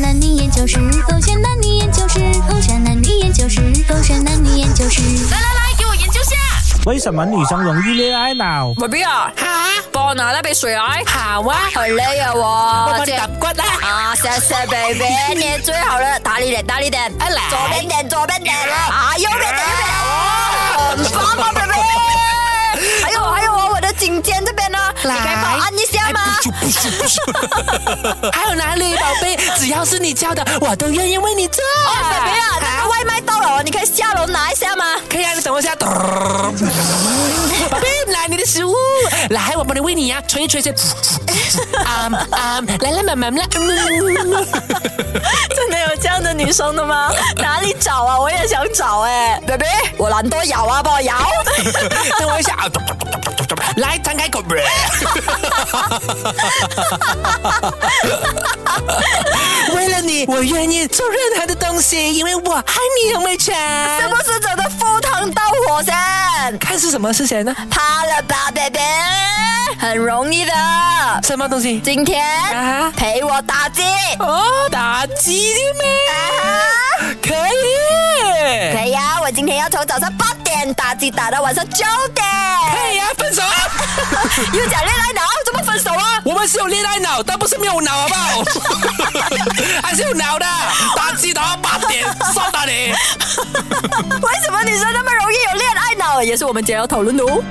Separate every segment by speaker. Speaker 1: 男女研究室，狗选男女研究室，狗选男女研究室，狗选男女研究室。
Speaker 2: 来来来，给我研究下。
Speaker 3: 为什么女生容易恋爱脑？
Speaker 2: Baby 啊，帮我拿那杯水来。
Speaker 4: 好啊，好累啊我，
Speaker 2: 我帮你打
Speaker 4: 骨啦。啊，谢谢 baby，你最好了，打你点，打你点，
Speaker 2: 哎来
Speaker 4: 左边点，左边点了，啊，右边点，右边点，哦，很棒啊 baby。还有还有哦，我的颈肩这边呢，你可以帮我按一下吗？
Speaker 2: 不不不 还有哪里，宝贝？只要是你叫的，我都愿意为你做。
Speaker 4: 哦，baby 啊，那个外卖到了哦，你可以下楼拿一下吗？
Speaker 2: 可以啊，你等我一下。宝贝，来你的食物，来，我帮你喂你呀、啊，吹一吹先。啊啊，来来，慢慢来。
Speaker 4: 真的有这样的女生的吗？ 哪里找啊？我也想找哎、b a b y 我懒惰咬啊，帮我 咬。
Speaker 2: 等我一下啊。来，张开口。 为了你，我愿意做任何的东西，因为我爱你，杨美全。
Speaker 4: 是不是真的赴汤蹈火噻？
Speaker 2: 看是什么是谁呢？
Speaker 4: 怕了吧，baby，很容易的。
Speaker 2: 什么东西？
Speaker 4: 今天、
Speaker 2: 啊
Speaker 4: 陪我打机，
Speaker 2: 哦，打鸡的
Speaker 4: 啊
Speaker 2: 咩？可以，
Speaker 4: 可以啊！我今天要从早上八点打机打到晚上九点。
Speaker 2: 可以呀、分手啊！
Speaker 4: 又讲恋爱脑，怎么分手啊？
Speaker 2: 我们是有恋爱脑，但不是没有脑，好 不好？还是有脑的，打鸡打到八点，烧打你！
Speaker 4: 为什么女生那么容易有恋爱脑？也是我们今天要讨论的哦。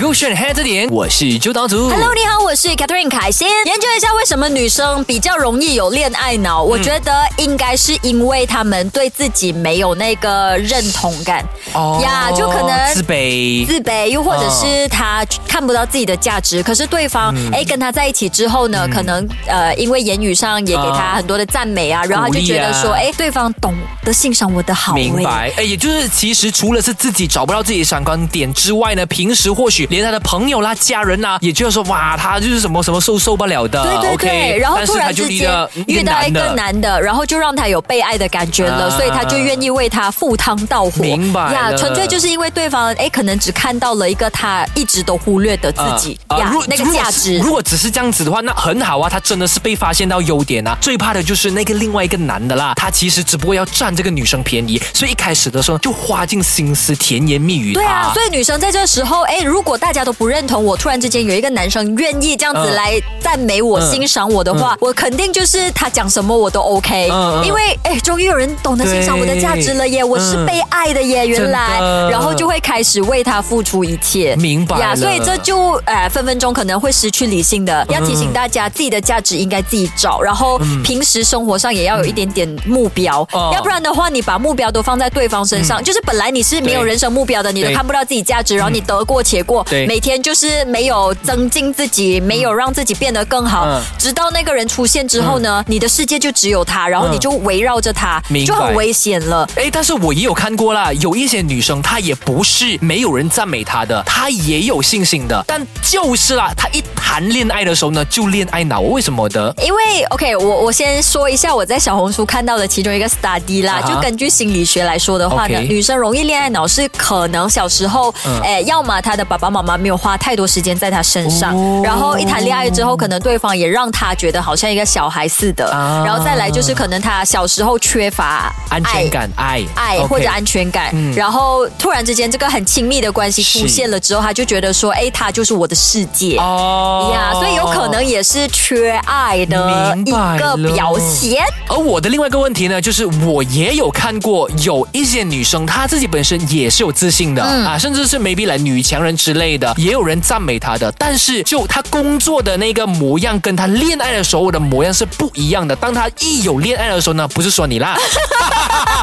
Speaker 2: 勾选黑着点，我是周岛主。
Speaker 5: Hello，你好，我是 Catherine 凯欣。研究一下为什么女生比较容易有恋爱
Speaker 2: 嗯
Speaker 5: 脑，我觉得应该是因为她们对自己没有那个认同感，
Speaker 2: 哦
Speaker 5: 呀就可能
Speaker 2: 自卑。嗯
Speaker 5: 自卑，又或者是她看不到自己的价值。可是对方哎跟她在一起之后呢，可能呃因为言语上也给她
Speaker 2: 嗯
Speaker 5: 很多的赞美啊，然后她
Speaker 2: 鼓
Speaker 5: 就
Speaker 2: 励
Speaker 5: 觉得说
Speaker 2: 啊
Speaker 5: 哎对方懂得欣赏我的好，
Speaker 2: 明
Speaker 5: 哎
Speaker 2: 白，哎，也就是其实除了是自己找不到自己的闪光点之外呢，平时或许连他的朋友啦、家人啦，也就是说，哇，他就是什么什么受受不了的，
Speaker 5: 对对
Speaker 2: o
Speaker 5: 对
Speaker 2: k
Speaker 5: 然后
Speaker 2: 但是
Speaker 5: 突
Speaker 2: 他
Speaker 5: 然
Speaker 2: 就
Speaker 5: 之
Speaker 2: 遇
Speaker 5: 间
Speaker 2: 到
Speaker 5: 遇到一
Speaker 2: 男
Speaker 5: 个
Speaker 2: 的
Speaker 5: 男的，然后就让他有被爱的感觉了，
Speaker 2: 啊
Speaker 5: 所以他就愿意为他赴汤蹈火。
Speaker 2: 明白了
Speaker 5: 纯粹就是因为对方哎，可能只看到了一个他一直都忽略的自己、
Speaker 2: 啊啊
Speaker 5: 呀
Speaker 2: 如果
Speaker 5: 那个
Speaker 2: 如果
Speaker 5: 价
Speaker 2: 是
Speaker 5: 值
Speaker 2: 如。果只是这样子的话，那很好啊，他真的是被发现到优点啊。最怕的就是那个另外一个男的啦，他其实只不过要占这个女生便宜，所以一开始的时候就花尽心思甜言蜜语她。
Speaker 5: 对啊，所以女生在这时候，哎，如果大家都不认同我，突然之间有一个男生愿意这样子
Speaker 2: 嗯
Speaker 5: 来赞美我、
Speaker 2: 嗯
Speaker 5: 欣赏我的话，我肯定就是他讲什么我都 OK，、
Speaker 2: 嗯嗯
Speaker 5: 因为哎，终于有人懂得欣赏我的价值了耶，我是被爱的耶，原来
Speaker 2: 真，的
Speaker 5: 然后就会开始为他付出一切，
Speaker 2: 明白了嗯
Speaker 5: 所以这就呃分分钟可能会失去理性的，要提醒大家自己的价值应该自己找，然后平时生活上也要有一点点目标，
Speaker 2: 哦
Speaker 5: 要不然的话你把目标都放在对方身上，就是本来你是没有
Speaker 2: 对
Speaker 5: 人生目标的，你都
Speaker 2: 嗯对
Speaker 5: 看不到自己价值，然后你得过且过
Speaker 2: 对，
Speaker 5: 每天就是没有增进自己，没有让自己变得更好
Speaker 2: 嗯，
Speaker 5: 直到那个人出现之后呢，你的世界就只有他，然后
Speaker 2: 嗯
Speaker 5: 你就围绕着他
Speaker 2: 明白，
Speaker 5: 就很危险了。
Speaker 2: 哎，但是我也有看过啦，有一些女生她也不是没有人赞美她的，她也有信心的，但就是啦，她一谈恋爱的时候呢，就恋爱脑，为什么的？
Speaker 5: 因为 OK，我我先说一下我在小红书看到的其中一个 study 啦
Speaker 2: 啊哈
Speaker 5: 就根据心理学来说的话呢
Speaker 2: OK
Speaker 5: 女生容易恋爱脑是可能小时候，
Speaker 2: 嗯
Speaker 5: 诶、要么她的爸爸妈妈没有花太多时间在她身上，
Speaker 2: 哦
Speaker 5: 然后一谈恋爱之后，可能对方也让她觉得好像一个小孩似的，
Speaker 2: 啊
Speaker 5: 然后再来就是可能她小时候缺乏
Speaker 2: 安全。感，爱
Speaker 5: 爱
Speaker 2: OK
Speaker 5: 或者安全感
Speaker 2: 嗯
Speaker 5: 然后突然之间这个很亲密的关系
Speaker 2: 是
Speaker 5: 出现了之后，她就觉得说，哎，他就是我的世界
Speaker 2: 哦
Speaker 5: 呀，所以有可能也是缺爱的
Speaker 2: 明
Speaker 5: 一
Speaker 2: 白
Speaker 5: 个
Speaker 2: 了
Speaker 5: 表现。
Speaker 2: 而我的另外一个问题呢，就是我也有看过有一些女生，她自己本身也是有自信的、啊，甚至是 maybe 来女强人之类的，也有人赞美她的。但是就她工作的那个模样，跟她恋爱的时候的模样是不一样的。当她一有恋爱的时候呢，不是说你啦，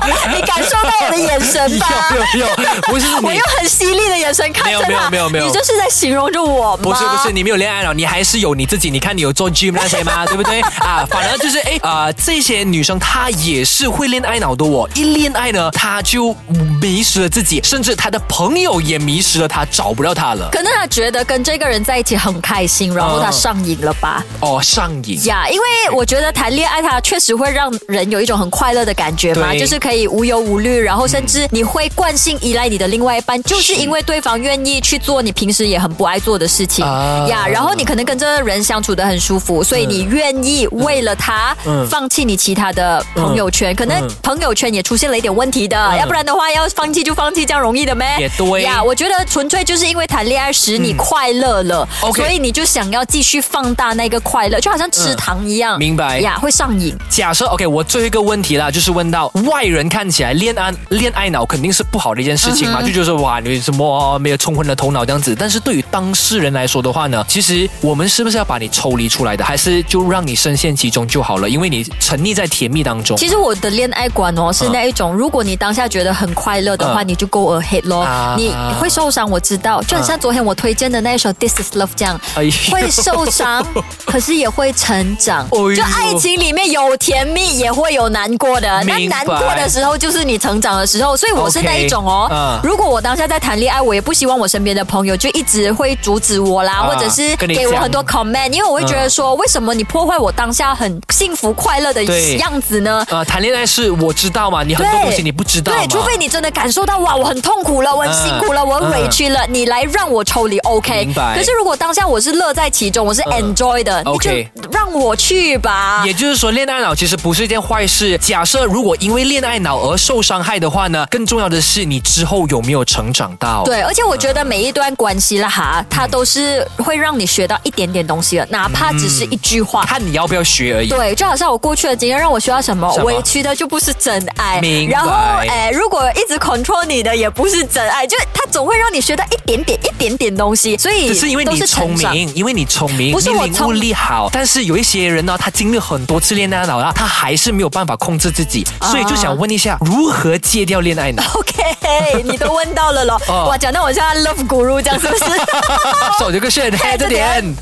Speaker 5: 你哎感受到我的眼神吧？
Speaker 2: 有有有，不是
Speaker 5: 我
Speaker 2: 你
Speaker 5: 用。很犀利的眼神看着他，
Speaker 2: 没有没有没有没有
Speaker 5: 你就是在形容着我吗？
Speaker 2: 不是不是，你没有恋爱了，你还是有你自己。你看你有做 gym 那些吗？对不对啊？反而就是哎啊、这些女生她也是会恋爱脑的哦。一恋爱呢，她就迷失了自己，甚至她的朋友也迷失了她，找不到她了。
Speaker 5: 可能他觉得跟这个人在一起很开心，然
Speaker 2: 嗯
Speaker 5: 后他上瘾了吧？
Speaker 2: 哦，上瘾。
Speaker 5: 呀因为我觉得谈恋爱，它确实会让人有一种很快乐的感觉嘛，
Speaker 2: 对
Speaker 5: 就是可以无忧无虑，然后甚至你会惯性依赖你的另外一半，就是因为对方愿意去做你平时也很不爱做的事情
Speaker 2: 啊
Speaker 5: 呀。然后你可能跟这个人相处的很舒服，所以你愿意为了他
Speaker 2: 嗯
Speaker 5: 放弃你其他的朋友圈，可能
Speaker 2: 嗯
Speaker 5: 朋友圈也出现了一点问题的，要不然的话要放弃就放弃，这样容易的咩？
Speaker 2: 也对
Speaker 5: 呀我觉得纯粹就是因为谈恋爱时你快乐了，
Speaker 2: 嗯 OK
Speaker 5: 所以你就想要继续放大那个快乐，就好像吃糖一样，
Speaker 2: 嗯明白
Speaker 5: 呀会上瘾。
Speaker 2: 假设 OK，我最后一个问题啦，就是问到外人看起来恋爱恋爱脑肯定是不好的一件事情
Speaker 5: 嗯
Speaker 2: 嘛，就就是哇，你什么没有冲昏了头脑这样子。但是对于当事人来说的话呢，其实我们是不是要把你抽离出来的，还是就让你深陷其中就好了？因为你沉溺在甜蜜当中。
Speaker 5: 其实我的恋爱观哦是那一种，如果你当下觉得很快乐的话，
Speaker 2: 嗯
Speaker 5: 你就 go ahead 咯
Speaker 2: 啊，
Speaker 5: 你会受伤，我知道。就很像昨天我推荐的那一首《This Is Love》这样
Speaker 2: 哎呦，
Speaker 5: 会受伤，可是也会成长。
Speaker 2: 哎呦
Speaker 5: 就爱情里面有甜蜜，也会有难过的。那
Speaker 2: 明白
Speaker 5: 难过的时候就是你成长的时候，所以我是
Speaker 2: OK，
Speaker 5: 那一种哦
Speaker 2: 嗯。
Speaker 5: 如果我当下在谈恋爱，我也不希望我身边的朋友就一直会阻止我啦，
Speaker 2: 啊
Speaker 5: 或者是
Speaker 2: 跟你
Speaker 5: 给我
Speaker 2: 讲嗯
Speaker 5: 很多 comment，因为我会觉得说，为什么你破坏我当下很幸福快乐的
Speaker 2: 对
Speaker 5: 样子呢？
Speaker 2: 呃，谈恋爱是我知道嘛，你很多
Speaker 5: 对
Speaker 2: 东西你不知道嘛
Speaker 5: 对，
Speaker 2: 嗯
Speaker 5: 除非你真的感受到哇，我很痛苦了，我很辛苦了，我很委屈了，你来让我抽离，OK。
Speaker 2: 明白嗯
Speaker 5: 可是如果当下我是乐在其中，我是 enjoy 的，你就
Speaker 2: OK
Speaker 5: 让我去吧。
Speaker 2: 也就是说，恋爱脑其实不是一件坏事。假设如果因为恋爱脑而受伤害的话呢，更重要的是你之后有没有成长到。
Speaker 5: 对，而且
Speaker 2: 嗯
Speaker 5: 我觉得每一段关系啦哈，它都是会让你学到一点点东西的，哪怕只是一句话。
Speaker 2: 看你要不要学而已。
Speaker 5: 对，就好像我过去的经验让我学到什么，
Speaker 2: 什么
Speaker 5: 委屈的就不是真爱
Speaker 2: 明，白
Speaker 5: 然后哎，如果一直 control 你的也不是真爱，就它总会让你学到一点点、一点点东西，所以
Speaker 2: 只是因为
Speaker 5: 都
Speaker 2: 你
Speaker 5: 成
Speaker 2: 聪
Speaker 5: 长。
Speaker 2: 明，因为你聪明，
Speaker 5: 不是
Speaker 2: 你
Speaker 5: 我
Speaker 2: 领悟
Speaker 5: 聪
Speaker 2: 力好。但是有一些人呢，他经历很多次恋爱脑了，他还是没有办法控制自己，所以就
Speaker 5: 啊
Speaker 2: 想问一下，如何戒掉 恋爱脑？
Speaker 5: OK，你都问到了咯。
Speaker 2: 哦
Speaker 5: 哇，讲到我像 Love Guru 这样是不是？
Speaker 2: 手就个炫，黑着点。